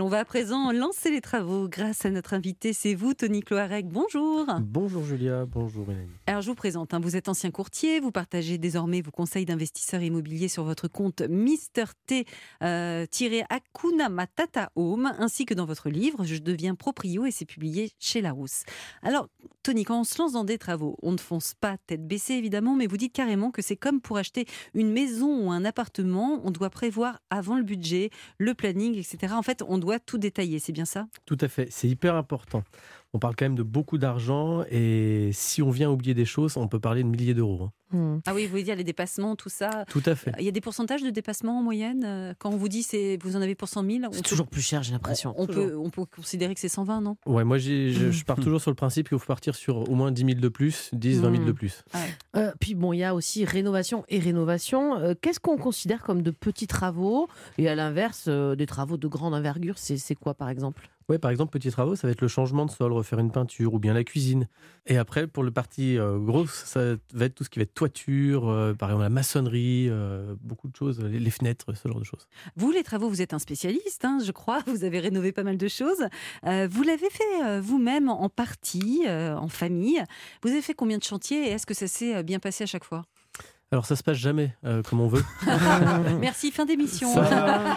On va à présent lancer les travaux grâce à notre invité, c'est vous, Tony Cloarec. Bonjour. Bonjour Julia, bonjour Mélanie. Alors je vous présente, hein, vous êtes ancien courtier, vous partagez désormais vos conseils d'investisseurs immobiliers sur votre compte Mister T euh, Akuna Matata Home, ainsi que dans votre livre Je deviens proprio et c'est publié chez Larousse. Alors Tony, quand on se lance dans des travaux, on ne fonce pas tête baissée évidemment, mais vous dites carrément que c'est comme pour acheter une maison ou un appartement, on doit prévoir avant le budget, le planning, etc. En fait, on doit tout détailler, c'est bien ça Tout à fait, c'est hyper important. On parle quand même de beaucoup d'argent et si on vient oublier des choses, on peut parler de milliers d'euros. hein. Hmm. Ah oui, vous voulez dire les dépassements, tout ça Tout à fait. Il y a des pourcentages de dépassement en moyenne euh, Quand on vous dit c'est vous en avez pour 100 000, on C'est peut- toujours plus cher, j'ai l'impression. on peut, on peut considérer que c'est 120, non Ouais, moi j'ai- je, je pars Mhm. toujours sur le principe qu'il faut partir sur au moins 10 000 de plus, 10, 20 000 de Mhm. plus. Euh, puis bon, il y a aussi rénovation et rénovation. Euh, Qu'est-ce qu'on considère comme de petits travaux Et à l'inverse, euh, des travaux de grande envergure, c'est c'est quoi par exemple Ouais, par exemple, petits travaux, ça va être le changement de sol, refaire une peinture ou bien la cuisine. Et après, pour le parti euh, gros, ça va être tout ce qui va être toiture, euh, par exemple la maçonnerie, euh, beaucoup de choses, les, les fenêtres, ce genre de choses. Vous, les travaux, vous êtes un spécialiste, hein, je crois. Vous avez rénové pas mal de choses. Euh, vous l'avez fait euh, vous-même en partie, euh, en famille. Vous avez fait combien de chantiers et est-ce que ça s'est euh, bien passé à chaque fois Alors ça se passe jamais euh, comme on veut. Merci, fin d'émission. Ça va.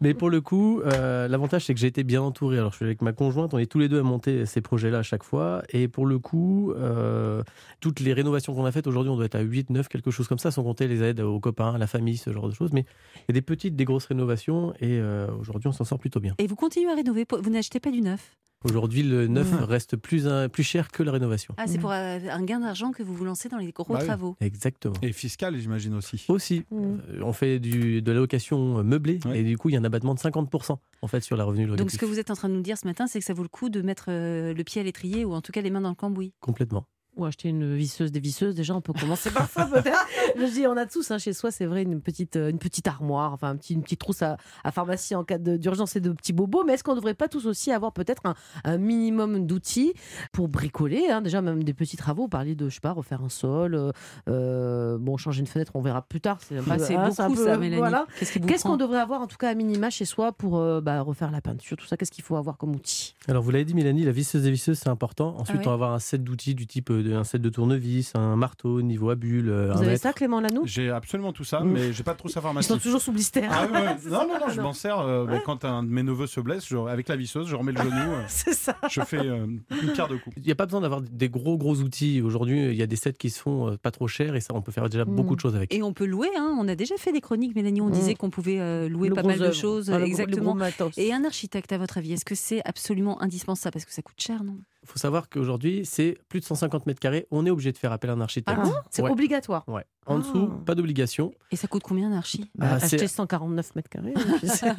Mais pour le coup, euh, l'avantage c'est que j'ai été bien entouré. Alors je suis avec ma conjointe, on est tous les deux à monter ces projets-là à chaque fois. Et pour le coup, euh, toutes les rénovations qu'on a faites aujourd'hui, on doit être à 8, 9, quelque chose comme ça, sans compter les aides aux copains, à la famille, ce genre de choses. Mais il y a des petites, des grosses rénovations et euh, aujourd'hui on s'en sort plutôt bien. Et vous continuez à rénover, vous n'achetez pas du neuf. Aujourd'hui le neuf Mhm. reste plus, un- plus cher que la rénovation. Ah, c'est Mm. pour euh, un gain d'argent que vous vous lancez dans les gros Bah oui. travaux. Exactement. Et fiscal, j'imagine aussi. Aussi, Mmh. Mhm. euh, on fait du, de la location meublée Ouais. et du coup il y a un abattement de 50% en fait sur la revenu locatif. Donc, ce que vous êtes en train de nous dire ce matin, c'est que ça vaut le coup de mettre euh, le pied à l'étrier ou en tout cas les mains dans le cambouis. Complètement. Ou acheter une visseuse, des visseuses, déjà on peut commencer par ça peut-être. Je dis, on a tous hein, chez soi, c'est vrai, une petite, euh, une petite armoire, enfin un petit, une petite trousse à, à pharmacie en cas de- d'urgence et de petits bobos. Mais est-ce qu'on ne devrait pas tous aussi avoir peut-être un, un minimum d'outils pour bricoler hein, Déjà, même des petits travaux, parler de, je sais pas, refaire un sol, euh, euh, bon, changer une fenêtre, on verra plus tard. C'est un peu- Ah, c'est hein, beaucoup un peu- ça, Mélanie. voilà. Qu'est-ce qui vous Qu'est-ce qu'on prend devrait avoir en tout cas à minima chez soi pour euh, bah, refaire la peinture, tout ça Qu'est-ce qu'il faut avoir comme outil Alors, vous l'avez dit, Mélanie, la visseuse des visseuses, c'est important. Ah Ensuite, ouais on va avoir un set d'outils du type euh, de- un set de tournevis, un marteau, niveau à bulle, euh, Vous un avez mètre. ça, Clément Lanou J'ai absolument tout ça, Ouf. mais j'ai pas trop sa Ils sont pharmacie. toujours sous blister. Ah ouais, ouais. non, non, non, je Non. m'en sers. euh, bah, quand un de mes neveux se blesse, je- avec la visseuse, je remets le genou, euh, C'est ça. je fais euh, une pierre de coups. Il n'y a pas besoin d'avoir des gros, gros outils. Aujourd'hui, il y a des sets qui se font euh, pas trop chers et ça, on peut faire déjà Mm. beaucoup de choses avec. Et on peut louer, hein. on a déjà fait des chroniques, Mélanie, on Mm. disait qu'on pouvait euh, louer Le pas gros mal de œuvre. choses. Ah, le gros- le gros exactement. matos. Et un architecte, à votre avis, est-ce que c'est absolument indispensable Parce que ça coûte cher, non Il faut savoir qu'aujourd'hui, c'est plus de 150 mètres carrés. On est obligé de faire appel à un architecte. Ah bon C'est Ouais. obligatoire. Ouais. En dessous, Ah. pas d'obligation. Et ça coûte combien un archi Ah, c'est- Bah, acheter 149 mètres carrés. et puis c'est-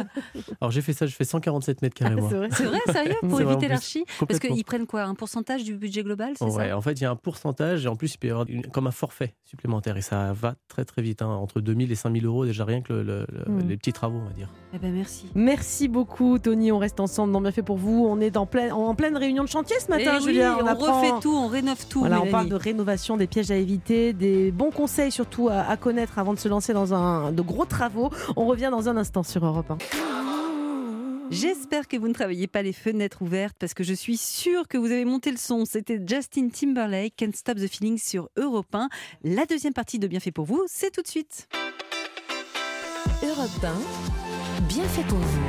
Alors, j'ai fait ça, je fais 147 mètres c'est carrés, moi. vrai. C'est vrai, sérieux, pour C'est vrai, en éviter plus. l'archi Parce Complètement. qu'ils prennent quoi Un pourcentage du budget global, c'est Ouais, ça en fait, il y a un pourcentage et en plus, il peut y avoir une- comme un forfait supplémentaire et ça va très très vite. hein. Entre 2000 et 5000 euros, déjà rien que le- le- le- Mm. les petits travaux, on va dire. Eh ben merci. Merci beaucoup, Tony. On reste ensemble. Non, bien fait pour vous. On est en pleine, en pleine réunion de chantier ce matin, Eh oui, Julia. on, apprend- refait tout, on rénove tout. Voilà, on Mélanie. parle de rénovation, des pièges à éviter, des bons conseils surtout à, à connaître avant de se lancer dans un, de gros travaux. On revient dans un instant sur Europe 1. J'espère que vous ne travaillez pas les fenêtres ouvertes parce que je suis sûre que vous avez monté le son. C'était Justin Timberlake, Can't Stop the Feeling sur Europe 1. La deuxième partie de Bienfait pour vous, c'est tout de suite. Europe 1, bien fait pour vous.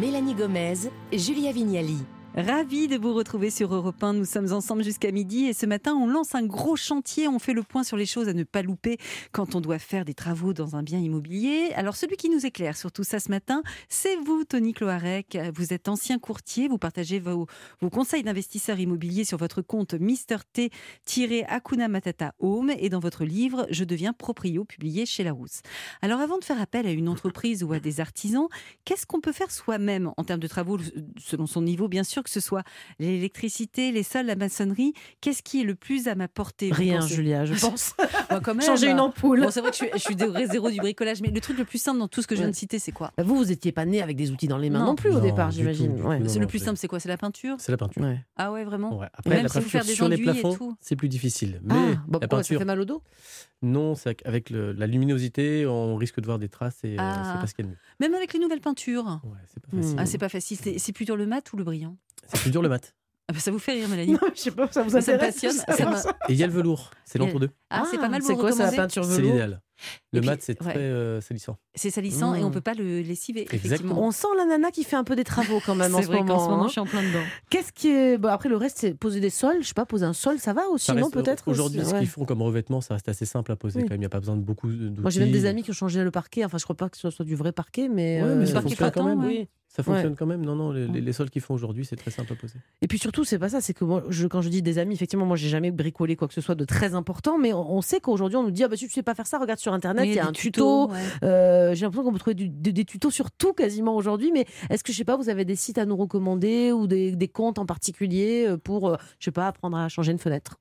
Mélanie Gomez, Julia Vignali. Ravi de vous retrouver sur Europe 1. Nous sommes ensemble jusqu'à midi et ce matin, on lance un gros chantier. On fait le point sur les choses à ne pas louper quand on doit faire des travaux dans un bien immobilier. Alors, celui qui nous éclaire sur tout ça ce matin, c'est vous, Tony Cloarec. Vous êtes ancien courtier. Vous partagez vos, vos conseils d'investisseurs immobiliers sur votre compte Mister T-Akuna Matata Home et dans votre livre Je deviens proprio, publié chez Larousse. Alors, avant de faire appel à une entreprise ou à des artisans, Qu'est-ce qu'on peut faire soi-même en termes de travaux, selon son niveau, bien sûr, que ce soit l'électricité, les sols, la maçonnerie, qu'est-ce qui est le plus à ma portée vous Rien, pensez Julia, je pense. Bah, quand même. Changer une ampoule. Bon, c'est vrai que je suis, je suis degré zéro du bricolage, mais le truc le plus simple dans tout ce que je viens de citer, c'est quoi Vous, vous n'étiez pas né avec des outils dans les mains non, Non. plus au Non, départ, du j'imagine. tout, du Ouais. tout. Non, C'est non, le plus c'est- simple, c'est quoi C'est la peinture C'est la peinture. Ouais. Ah ouais, vraiment Ouais. Après, Même la si vous peinture faites des sur les enduits et plafonds, tout. c'est plus difficile. Mais Ah, bah la pourquoi ça peinture, fait mal au dos non, c'est avec- avec le- la luminosité, on risque de voir des traces et euh, Ah. c'est pas ce qu'il y a de mieux. Même avec les nouvelles peintures Ouais, c'est pas facile. Mm. Ah, c'est pas facile. C'est c'est plus dur le mat ou le brillant C'est plus dur le mat. ah bah, Ça vous fait rire, Mélanie Non, je sais pas, ça vous Mais Ça me intéresse passionne. tout ça me- Et il y a le velours, c'est Il y a- l'entre-deux. Ah, c'est pas mal, vous C'est quoi, c'est la recommandez peinture C'est velours l'idéal. Le Et puis- mat, c'est ouais. très euh, salissant. C'est salissant et Mm. on peut pas le lessiver. Exactement. Effectivement. On sent la nana qui fait un peu des travaux quand même en C'est ce vrai moment. qu'en ce moment, hein. je suis en plein dedans. Qu'est-ce qui est... bon, après, le reste, c'est poser des sols. Je sais pas, poser un sol, ça va aussi, Ça non reste- euh, Peut-être Aujourd'hui, aussi, ce ouais. qu'ils font comme revêtement, ça reste assez simple à poser Oui. quand même. Il n'y a pas besoin de beaucoup d'outils. Moi, j'ai même des amis euh, qui ont changé le parquet. Enfin, je crois pas que ce soit du vrai parquet, mais. Ouais, mais Du ça parquet fonctionne quand flottant, même. ouais. oui. Ça fonctionne quand même. Non, non, les, les- les sols qu'ils font aujourd'hui, c'est très simple à poser. Et puis surtout, c'est pas ça. C'est que moi, je, quand je dis des amis, effectivement, moi, j'ai jamais bricolé quoi que ce soit de très important. Mais on, on sait qu'aujourd'hui, on nous dit ah bah si tu sais pas faire ça, regarde sur internet, Oui, il y a des un tutos, tuto. ouais. Euh, j'ai l'impression qu'on peut trouver du- des, des tutos sur tout quasiment aujourd'hui. Mais est-ce que je sais pas, vous avez des sites à nous recommander ou des, des comptes en particulier euh, pour, euh, je sais pas, apprendre à changer une fenêtre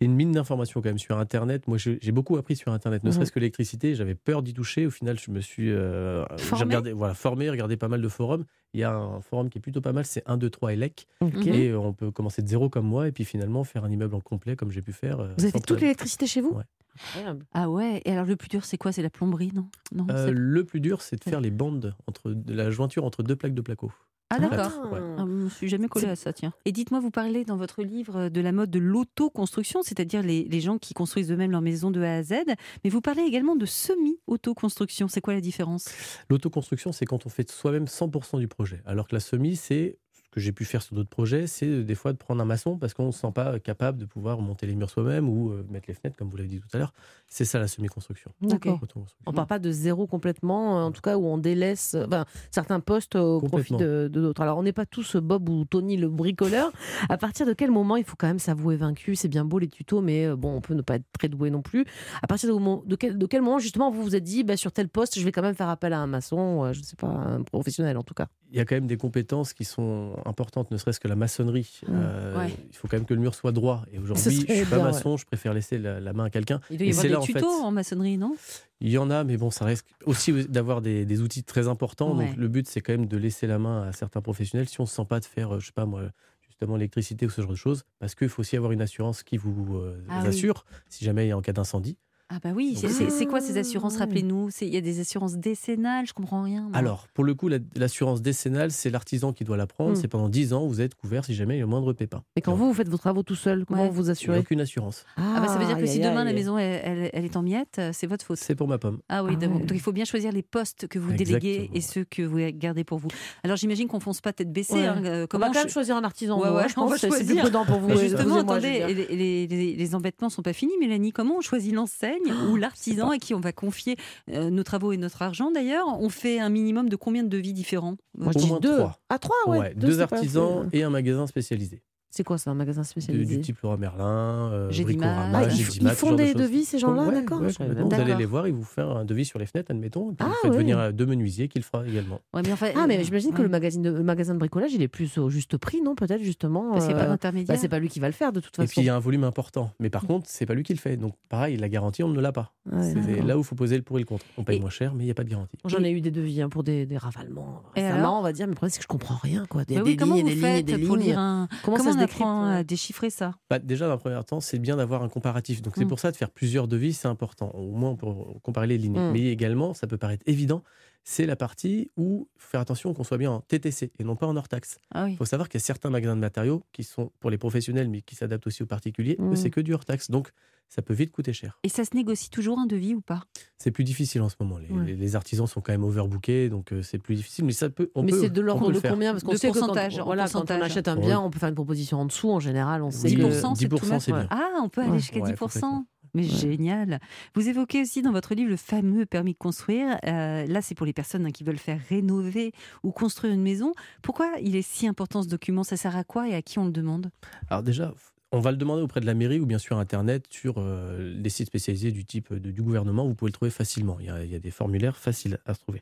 Il y a une mine d'informations quand même sur Internet. Moi, j'ai j'ai beaucoup appris sur Internet, ne Mhm. serait-ce que l'électricité. J'avais peur d'y toucher. Au final, je me suis euh, j'ai Formé. regardé, voilà, formé, regardé pas mal de forums. Il y a un forum qui est plutôt pas mal, c'est 1, 2, 3 ELEC. Mhm. Et euh, on peut commencer de zéro comme moi et puis finalement faire un immeuble en complet comme j'ai pu faire. euh, Vous avez sans fait toute problème. l'électricité chez vous Ouais. Incroyable. Ah ouais, et alors le plus dur c'est quoi C'est la plomberie, non Non. Euh, c'est- le plus dur, c'est de faire les bandes, entre, de la jointure entre deux plaques de placo. Ah d'accord. Ah, ouais. Ah, Je me suis jamais collée C'est- à ça, tiens. Et dites-moi, vous parlez dans votre livre de la mode de l'autoconstruction, c'est-à-dire les, les gens qui construisent eux-mêmes leur maison de A à Z, mais vous parlez également de semi-autoconstruction. C'est quoi la différence L'autoconstruction, c'est quand on fait soi-même 100% du projet. Alors que la semi, c'est ce que j'ai pu faire sur d'autres projets, c'est euh, des fois de prendre un maçon parce qu'on ne se sent pas euh, capable de pouvoir monter les murs soi-même ou euh, mettre les fenêtres, comme vous l'avez dit tout à l'heure. C'est ça la semi-construction. D'accord. Autoconstruction. On part pas de zéro complètement, euh, en tout cas où on délaisse euh, ben, certains postes au profit Complètement. de, de d'autres. Alors on n'est pas tous euh, Bob ou Tony le bricoleur. À partir de quel moment il faut quand même s'avouer vaincu C'est bien beau les tutos, mais euh, bon, on peut ne pas être très doué non plus. À partir de, moment- de quel, de quel moment justement vous vous êtes dit bah, sur tel poste, je vais quand même faire appel à un maçon, euh, je ne sais pas, un professionnel en tout cas. Il y a quand même des compétences qui sont importantes, ne serait-ce que la maçonnerie. Euh, ouais. Il faut quand même que le mur soit droit. Et Mmh. Ce aujourd'hui, serait je suis pas bien, ouais. maçon, je préfère laisser la, la main à quelqu'un. Il doit y Et avoir c'est des là, en fait. tutos en maçonnerie, non Il y en a, mais bon, ça risque aussi d'avoir des, des outils très importants. Ouais. Donc le but, c'est quand même de laisser la main à certains professionnels si on ne se sent pas de faire, euh, je sais pas moi, justement l'électricité ou ce genre de choses, parce qu'il faut aussi avoir une assurance qui vous euh, Ah oui. assure si jamais il y a en cas d'incendie. Ah bah oui, c'est- Ah. c'est c'est quoi ces assurances Rappelez-nous, C'est- il y a des assurances décennales, je comprends rien. moi. Alors pour le coup, la- l'assurance décennale, c'est l'artisan qui doit la prendre. Mm. C'est pendant 10 ans, vous êtes couvert si jamais il y a le moindre pépin. Mais quand Non. vous, vous faites vos travaux tout seul, comment Ouais. vous vous Il n'y a assurez aucune assurance. Ah bah ça veut dire que aïe, si aïe, demain la aïe. maison elle, elle- elle est en miettes, euh, c'est votre faute. C'est pour ma pomme. Ah oui, Ah d'accord. ouais. donc il faut bien choisir les postes que vous déléguez Exactement. et ceux que vous gardez pour vous. Alors j'imagine qu'on fonce pas tête baissée. Ouais. hein, euh, On va comment quand même je- choisir un artisan. Ouais, moi, ouais, je on pense va que c'est plus choisir. prudent pour vous. Mais euh, justement, vous et moi, je veux attendez, dire. les, les- les- les embêtements sont pas finis, Mélanie. Comment on choisit l'enseigne ou l'artisan à qui on va confier euh, nos travaux et notre argent d'ailleurs On fait un minimum de combien de devis différents Moi, je Au dis moins deux. trois. Ah, trois, ouais. Ouais, deux c'est pas euh, assez. hein. artisans et un magasin spécialisé. C'est quoi, c'est un magasin Du, spécialisé du type Leroy Merlin, euh, Gédimat. Bricorama, Ah, ils, f- Gédimat, ils ce font genre de des choses. devis, ces gens-là, Ouais, d'accord ouais, Je savais complètement. pas. vous allez D'accord. les voir, ils vous faire un devis sur les fenêtres, admettons. Et puis Ah, vous faites ouais. venir euh, deux menuisiers qui le fera également. Ouais, mais enfin, Ah, mais euh, j'imagine que ouais. le magasin, de, le magasin de bricolage, il est plus au juste prix, non Peut-être justement. Parce qu'il n'y a euh, pas bah, d'intermédiaire. c'est pas lui qui va le faire de toute Et puis façon. Mm. il y a un volume important. Mais par contre, c'est pas lui qui le fait. Donc pareil, la garantie, on ne l'a pas. Ouais, C'est d'accord. là où il faut poser le pour et le contre. On paye Et- moins cher, mais il n'y a pas de garantie. J'en ai eu des devis hein, pour des, des ravalements. Et Récemment, alors on va dire, mais le problème, c'est que je comprends rien, quoi. Des, Bah des oui, comment lignes, vous et des lignes, et faites des pour lignes. lire un- Comment, Comment ça on se décrypte apprend ouais à déchiffrer ça Bah, déjà, dans un premier temps, c'est bien d'avoir un comparatif. Donc c'est Mm. pour ça de faire plusieurs devis, c'est important. Au moins, on peut comparer les lignes. Mm. Mais également, ça peut paraître évident, c'est la partie où faut faire attention qu'on soit bien en TTC et non pas en hors-taxe. Ah oui. Il faut savoir qu'il y a certains magasins de matériaux qui sont pour les professionnels, mais qui s'adaptent aussi aux particuliers. Mm. Eux, c'est que du hors-taxe. Donc ça peut vite coûter cher. Et ça se négocie toujours un devis ou pas C'est plus difficile en ce moment. Les, Ouais. les- les artisans sont quand même overbookés, donc euh, c'est plus difficile. Mais ça peut, on mais peut, c'est de on l'ordre peut de le faire. combien Parce qu'on De sait que quand, pourcentage, en voilà, quand on pourcentage. achète un Oui. bien, on peut faire une proposition en dessous en général. On sait Oui, que- 10%, c'est 10%, tout c'est bien. Ah, on peut aller Ouais. jusqu'à Ouais, 10%. complètement. Mais Ouais. génial. Vous évoquez aussi dans votre livre le fameux permis de construire. Euh, là, c'est pour les personnes hein, qui veulent faire rénover ou construire une maison. Pourquoi il est si important ce document Ça sert à quoi et à qui on le demande Alors déjà, f- On va le demander auprès de la mairie ou bien sûr Internet sur euh, les sites spécialisés du type euh, de- du gouvernement. Vous pouvez le trouver facilement. Il y a, il y a des formulaires faciles à se trouver.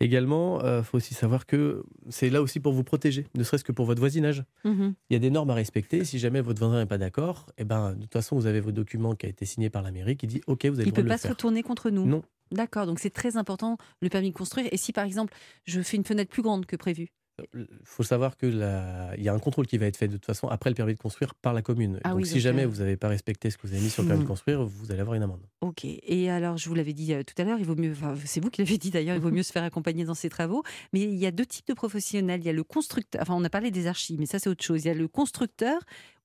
Également, il faut aussi savoir que c'est là aussi pour vous protéger, ne serait-ce que pour votre voisinage. Mhm. Il y a des normes à respecter. Si jamais votre voisin n'est pas d'accord, eh ben, de toute façon, vous avez vos documents qui a été signé par la mairie qui dit OK, vous avez Il le ne droit peut de pas le se faire. retourner contre nous. Non. D'accord, donc c'est très important le permis de construire. Et si par exemple je fais une fenêtre plus grande que prévu Il Euh, faut savoir que la- il y a un contrôle qui va être fait de toute façon après le permis de construire par la commune. Ah donc oui, si donc, jamais euh, vous n'avez pas respecté ce que vous avez mis sur le permis Hmm. de construire, vous allez avoir une amende. Ok. Et alors, je vous l'avais dit euh, tout à l'heure, il vaut mieux. enfin, c'est vous qui l'avez dit d'ailleurs. Il vaut mieux se faire accompagner dans ses travaux. Mais il y a deux types de professionnels. Il y a le constructeur. Enfin, on a parlé des archives, mais ça c'est autre chose. Il y a le constructeur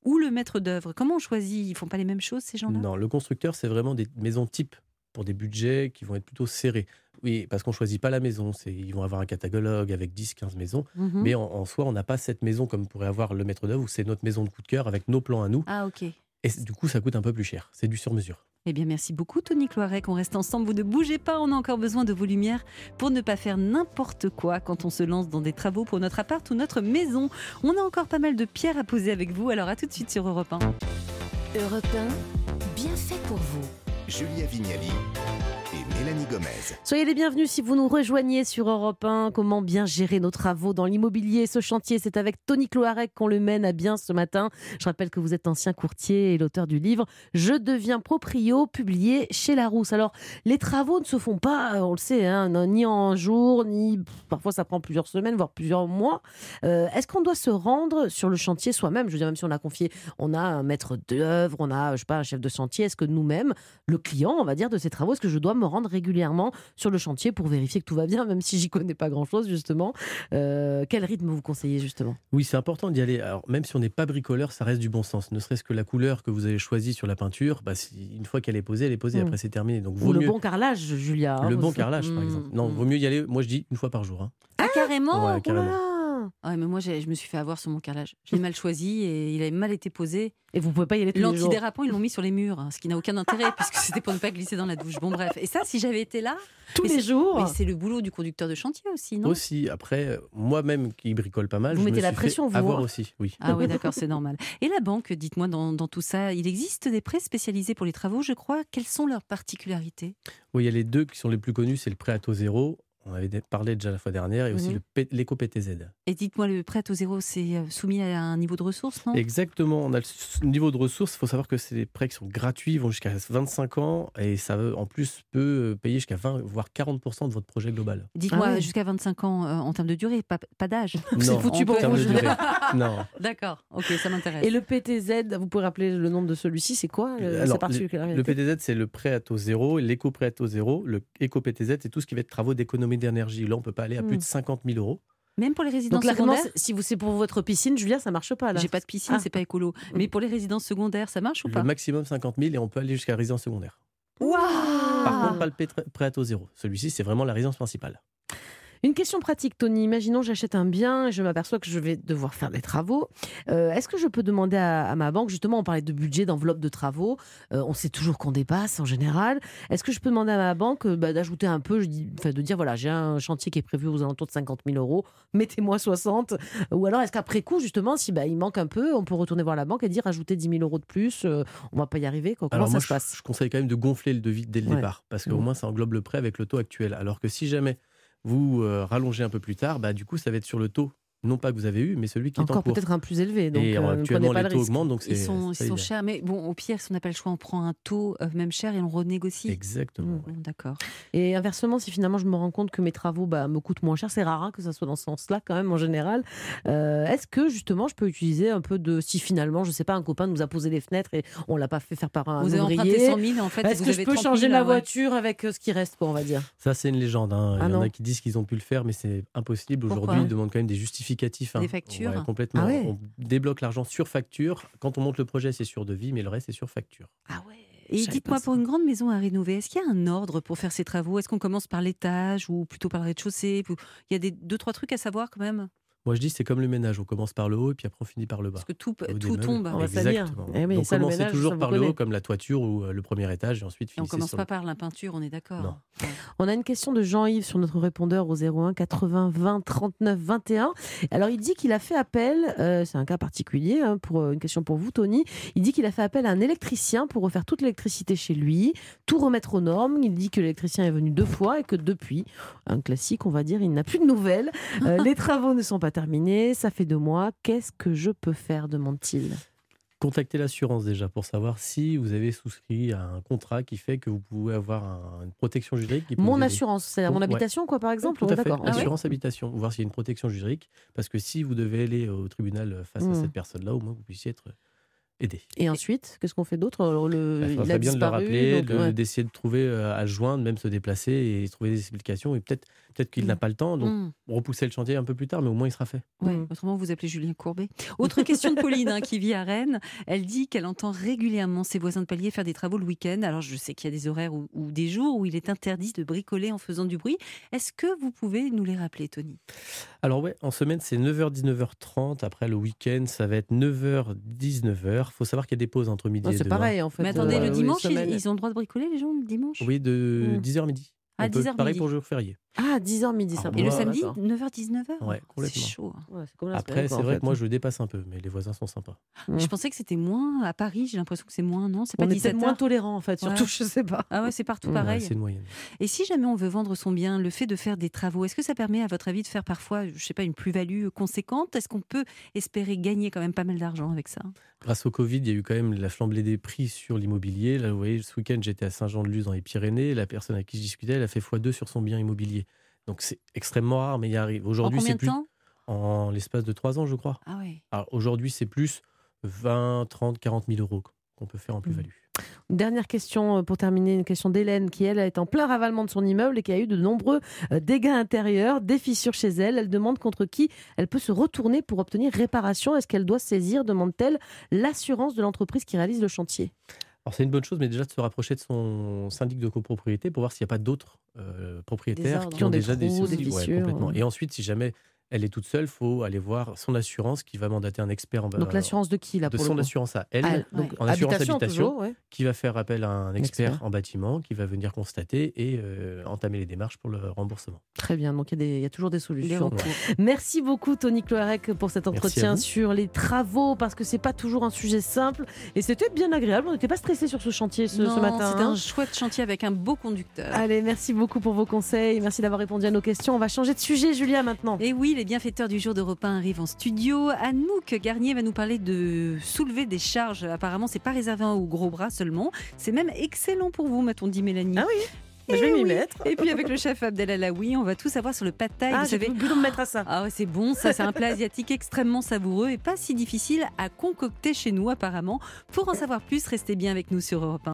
ou le maître d'œuvre. Comment on choisit Ils font pas les mêmes choses ces gens-là Non, le constructeur, c'est vraiment des maisons types pour des budgets qui vont être plutôt serrés. Oui, parce qu'on choisit pas la maison. C'est- Ils vont avoir un catalogue avec 10, 15 maisons. Mhm. Mais en, en soi, on n'a pas cette maison comme pourrait avoir le maître d'œuvre où c'est notre maison de coup de cœur avec nos plans à nous. Ah ok. Et c- du coup, ça coûte un peu plus cher. C'est du sur mesure. Eh bien, merci beaucoup, Tony Cloirec. On reste ensemble. Vous ne bougez pas. On a encore besoin de vos lumières pour ne pas faire n'importe quoi quand on se lance dans des travaux pour notre appart ou notre maison. On a encore pas mal de pierres à poser avec vous. Alors, à tout de suite sur Europe 1. Europe 1, bien fait pour vous. Julia Vignali et Mélanie Gomez. Soyez les bienvenus si vous nous rejoignez sur Europe 1. Comment bien gérer nos travaux dans l'immobilier Ce chantier, c'est avec Tony Cloarec qu'on le mène à bien ce matin. Je rappelle que vous êtes ancien courtier et l'auteur du livre Je deviens proprio, publié chez Larousse. Alors, les travaux ne se font pas, euh, on le sait, hein, non, ni en un jour, ni pff, parfois ça prend plusieurs semaines, voire plusieurs mois. Euh, Est-ce qu'on doit se rendre sur le chantier soi-même Je veux dire, même si on a confié, on a un maître d'œuvre, on a, je sais pas, un chef de chantier. Est-ce que nous-mêmes, le client, on va dire, de ces travaux, est-ce que je dois me rendre régulièrement sur le chantier pour vérifier que tout va bien, même si j'y connais pas grand-chose, justement. Euh, quel rythme vous conseillez, justement Oui, c'est important d'y aller. Alors, même si on n'est pas bricoleur, ça reste du bon sens. Ne serait-ce que la couleur que vous avez choisie sur la peinture, bah, si- une fois qu'elle est posée, elle est posée. Mm. Après, c'est terminé. Donc, Ou vaut le mieux. bon carrelage, Julia. hein, le bon aussi. carrelage, par Mm, exemple. Non, mm. vaut mieux y aller, moi je dis une fois par jour. hein. Ah, carrément Ouais, Oh là carrément. là Ah Ouais, mais moi, j'ai- je me suis fait avoir sur mon carrelage. Je l'ai mal choisi et il avait mal été posé. Et vous pouvez pas y aller tous les jours. L'antidérapant, ils l'ont mis sur les murs, hein, ce qui n'a aucun intérêt puisque c'était pour ne pas glisser dans la douche. Bon, bref. Et ça, si j'avais été là, Tous Mais les jours mais c'est le boulot du conducteur de chantier aussi, non Aussi, après, euh, moi-même qui bricole pas mal, Vous je mettez me la suis fait pression, vous, Avoir hein. aussi, oui. Ah oui, d'accord, c'est normal. Et la banque, dites-moi, dans, dans tout ça, il existe des prêts spécialisés pour les travaux, je crois. Quelles sont leurs particularités Oui, il y a les deux qui sont les plus connus, c'est le prêt à taux zéro. On avait dé- parlé déjà la fois dernière, et aussi Mhm. le P- l'éco-PTZ. Et dites-moi, le prêt au zéro, c'est euh, soumis à un niveau de ressources, non Exactement, on a le s- niveau de ressources. Il faut savoir que c'est des prêts qui sont gratuits, vont jusqu'à 25 ans, et ça veut- en plus peut euh, payer jusqu'à 20, voire 40% de votre projet global. Dites-moi, Ah ouais. jusqu'à 25 ans euh, en termes de durée, pas, pas d'âge. Non, foutu en pour termes vous, de je- durée. Non. D'accord, ok, ça m'intéresse. Et le PTZ, vous pouvez rappeler le nombre de celui-ci, c'est quoi Alors, euh, sa particularité Le PTZ, c'est le prêt à taux zéro, et l'éco-prêt à taux zéro, le éco-PTZ, c'est tout ce qui va être travaux d'économie d'énergie. Là, on peut pas aller à plus Hmm. de 50 000 euros. Même pour les résidences Donc là, comment, secondaires c'est- si vous c'est pour votre piscine, Julia, ça marche pas là. J'ai pas de piscine, Ah. c'est pas écolo. Mais pour les résidences secondaires, ça marche ou Le pas maximum 50 000 et on peut aller jusqu'à la résidence secondaire. Par Ah. contre, pas le pétr- prêt à taux zéro. Celui-ci, c'est vraiment la résidence principale. Une question pratique, Tony. Imaginons, j'achète un bien et je m'aperçois que je vais devoir faire des travaux. Euh, Est-ce que je peux demander à, à ma banque, justement, on parlait de budget, d'enveloppe de travaux, euh, on sait toujours qu'on dépasse en général. Est-ce que je peux demander à ma banque euh, bah, d'ajouter un peu, je dis- enfin, de dire, voilà, j'ai un chantier qui est prévu aux alentours de 50 000 euros, mettez-moi 60 Ou alors, est-ce qu'après coup, justement, si bah, il manque un peu, on peut retourner voir la banque et dire, ajoutez 10 000 euros de plus, euh, on va pas y arriver quoi. Comment Alors ça moi, se je- passe je, conseille quand même de gonfler le devis dès le Ouais. départ, parce qu'au Mhm. moins, ça englobe le prêt avec le taux actuel. Alors que si jamais vous euh, rallongez un peu plus tard, bah, du coup, ça va être sur le taux, non pas que vous avez eu, mais celui qui est en Encore cours. peut-être un plus élevé. Donc, et euh, euh, ne prenez actuellement, pas les le taux risque. augmentent, donc c'est Ils sont, c'est ils sont l'idéal. chers, mais bon, au pire, si on n'a pas le choix, on prend un taux euh, même cher et on renégocie. Exactement. Mhm. ouais. Bon, D'accord. Et inversement, si finalement je me rends compte que mes travaux bah, me coûtent moins cher, c'est rare hein, que ça soit dans ce sens-là quand même en général. euh, Est-ce que justement je peux utiliser un peu de si finalement je sais pas un copain nous a posé les fenêtres et on l'a pas fait faire par un vous avez emprunté ouvrier 100 000 en fait. Est-ce vous que je avez peux 30 000, changer ma ah ouais. voiture avec euh, ce qui reste quoi on va dire Ça, c'est une légende. hein. Ah Il y en non. a qui disent qu'ils ont pu le faire, mais c'est impossible. Pourquoi Aujourd'hui, ils demandent quand même des justificatifs. hein. Des factures Ouais, complètement. Ah ouais. On débloque l'argent sur facture. Quand on monte le projet, c'est sur devis, mais le reste, c'est sur facture. Ah ouais. Et dites-moi, pour une grande maison à rénover, est-ce qu'il y a un ordre pour faire ces travaux Est-ce qu'on commence par l'étage ou plutôt par le rez-de-chaussée Puis, Il y a des, deux, trois trucs à savoir quand même. Moi, je dis, c'est comme le ménage. On commence par le haut et puis après, on finit par le bas. Parce que tout, Bah, Au haut des tout meubles. tombe. On va pas dire. Exactement. Eh oui, Donc, ça, le commencez ménage, ça, toujours vous par le haut, connaissez. comme la toiture ou euh, le premier étage, et ensuite Et on finissez commence sur pas le- par la peinture, on est d'accord. Non. On a une question de Jean-Yves sur notre répondeur au 01 80 20 39 21. Alors il dit qu'il a fait appel, euh, c'est un cas particulier hein, pour euh, une question pour vous Tony. Il dit qu'il a fait appel à un électricien pour refaire toute l'électricité chez lui, tout remettre aux normes. Il dit que l'électricien est venu deux fois et que depuis, un classique on va dire, il n'a plus de nouvelles. Euh, les travaux ne sont pas terminés, ça fait deux mois. Qu'est-ce que je peux faire demande-t-il. Contactez l'assurance déjà pour savoir si vous avez souscrit à un contrat qui fait que vous pouvez avoir un- une protection juridique. qui peut vous Mon aider. assurance, c'est-à-dire Bon, mon ouais. habitation quoi par exemple. Tout Ouais, à fait. d'accord. Ah ouais. Assurance habitation. Voir s'il y a une protection juridique. Parce que si vous devez aller au tribunal euh, face Mm. à cette personne-là, au moins vous puissiez être euh, aidé. Et ensuite, qu'est-ce qu'on fait d'autre Alors, le- Bah, Il ça serait a bien de le disparu, rappeler, donc, de- ouais. d'essayer de trouver euh, à se joindre, même se déplacer et trouver des explications. Et peut-être peut qu'il Hmm. Mm. n'a pas le temps. Donc Hum, repousser le chantier un peu plus tard, mais au moins il sera fait. ouais. Mm. Autrement, vous appelez Julien Courbet. Autre question de Pauline hein, qui vit à Rennes. Elle dit qu'elle entend régulièrement ses voisins de palier faire des travaux le week-end. Alors, je sais qu'il y a des horaires ou, ou des jours où il est interdit de bricoler en faisant du bruit. Est-ce que vous pouvez nous les rappeler, Tony Alors ouais, en semaine c'est 9h 19h30 après le week-end ça va être 9h 19h. Faut savoir qu'il y a des pauses entre midi Non, et c'est deux, hein. pareil en fait. Mais attendez, euh, le oui, dimanche, ils, semaine. ils ont le droit de bricoler, les gens, le dimanche Oui, de Hmm. 10h midi. Ah, On peut- 10h Pareil midi. pour le jour férié. Ah, 10h midi, ça Ah, Et moi, le samedi, d'accord. 9h-19h Ouais, C'est complètement. chaud. hein. Ouais, c'est comme la Après semaine, quoi, c'est en vrai fait. que moi je le dépasse un peu mais les voisins sont sympas. Je pensais que c'était moins à Paris, j'ai l'impression que c'est moins, non C'est pas On est peut-être 17 moins tolérant en fait, surtout, Ouais. je sais pas. Ah ouais, c'est partout Ouais, Ouais, pareil. c'est une moyenne. Et si jamais on veut vendre son bien, le fait de faire des travaux, est-ce que ça permet, à votre avis, de faire parfois, je sais pas, une plus-value conséquente Est-ce qu'on peut espérer gagner quand même pas mal d'argent avec ça Grâce au Covid, il y a eu quand même la flambée des prix sur l'immobilier. Là, vous voyez, ce week-end, j'étais à Saint-Jean-de-Luz dans les Pyrénées. La personne à qui je discutais, elle a fait x2 sur son bien immobilier. Donc c'est extrêmement rare, mais il y arrive. En Aujourd'hui, combien c'est de plus temps en l'espace de 3 ans, je crois. Ah ouais. Alors aujourd'hui, c'est plus 20, 30, 40 000 euros qu'on peut Mmh. faire en plus-value. Une Dernière question euh, pour terminer, une question d'Hélène qui, elle, est en plein ravalement de son immeuble et qui a eu de nombreux euh, dégâts intérieurs, des fissures chez elle. Elle demande contre qui elle peut se retourner pour obtenir réparation. Est-ce qu'elle doit saisir, demande-t-elle, l'assurance de l'entreprise qui réalise le chantier Alors c'est une bonne chose, mais déjà de se rapprocher de son syndic de copropriété pour voir s'il n'y a pas d'autres euh, propriétaires ordres. hein, qui ont Des déjà des trous, des soucis. Ouais, fissures, complètement. ouais. Et ensuite, si jamais elle est toute seule, faut aller voir son assurance qui va mandater un expert en Donc l'assurance de qui là Euh, de pour son le coup assurance à elle, Ah, donc, en assurance habitation, toujours, ouais. qui va faire appel à un expert, Expert. en bâtiment, qui va venir constater et euh, entamer les démarches pour le remboursement. Très bien, donc il y, a des- il y a toujours des Les solutions. recours. Merci beaucoup Tony Cloarec pour Merci cet à entretien vous. sur les travaux parce que c'est pas toujours un sujet simple et c'était bien agréable. On n'était pas stressé sur ce chantier ce, ce Non, matin. C'était hein. un chouette chantier avec un beau conducteur. Allez, merci beaucoup pour vos conseils. Merci d'avoir répondu à nos questions. On va changer de sujet, Julia, maintenant. Et oui, les bienfaiteurs du jour d'Europe 1 arrivent en studio. Anouk Garnier va nous parler de soulever des charges. Apparemment, c'est pas réservé aux gros bras seulement. C'est même excellent pour vous, m'a-t-on dit, Mélanie. Ah oui, Eh je vais m'y oui. mettre. Et puis avec le chef Abdel Alaoui, on va tout savoir sur le pad thai. Ah, vous j'ai savez, plus de me mettre à ça. Ah ouais, c'est bon, ça c'est un plat asiatique extrêmement savoureux et pas si difficile à concocter chez nous apparemment. Pour en savoir plus, restez bien avec nous sur Europe 1.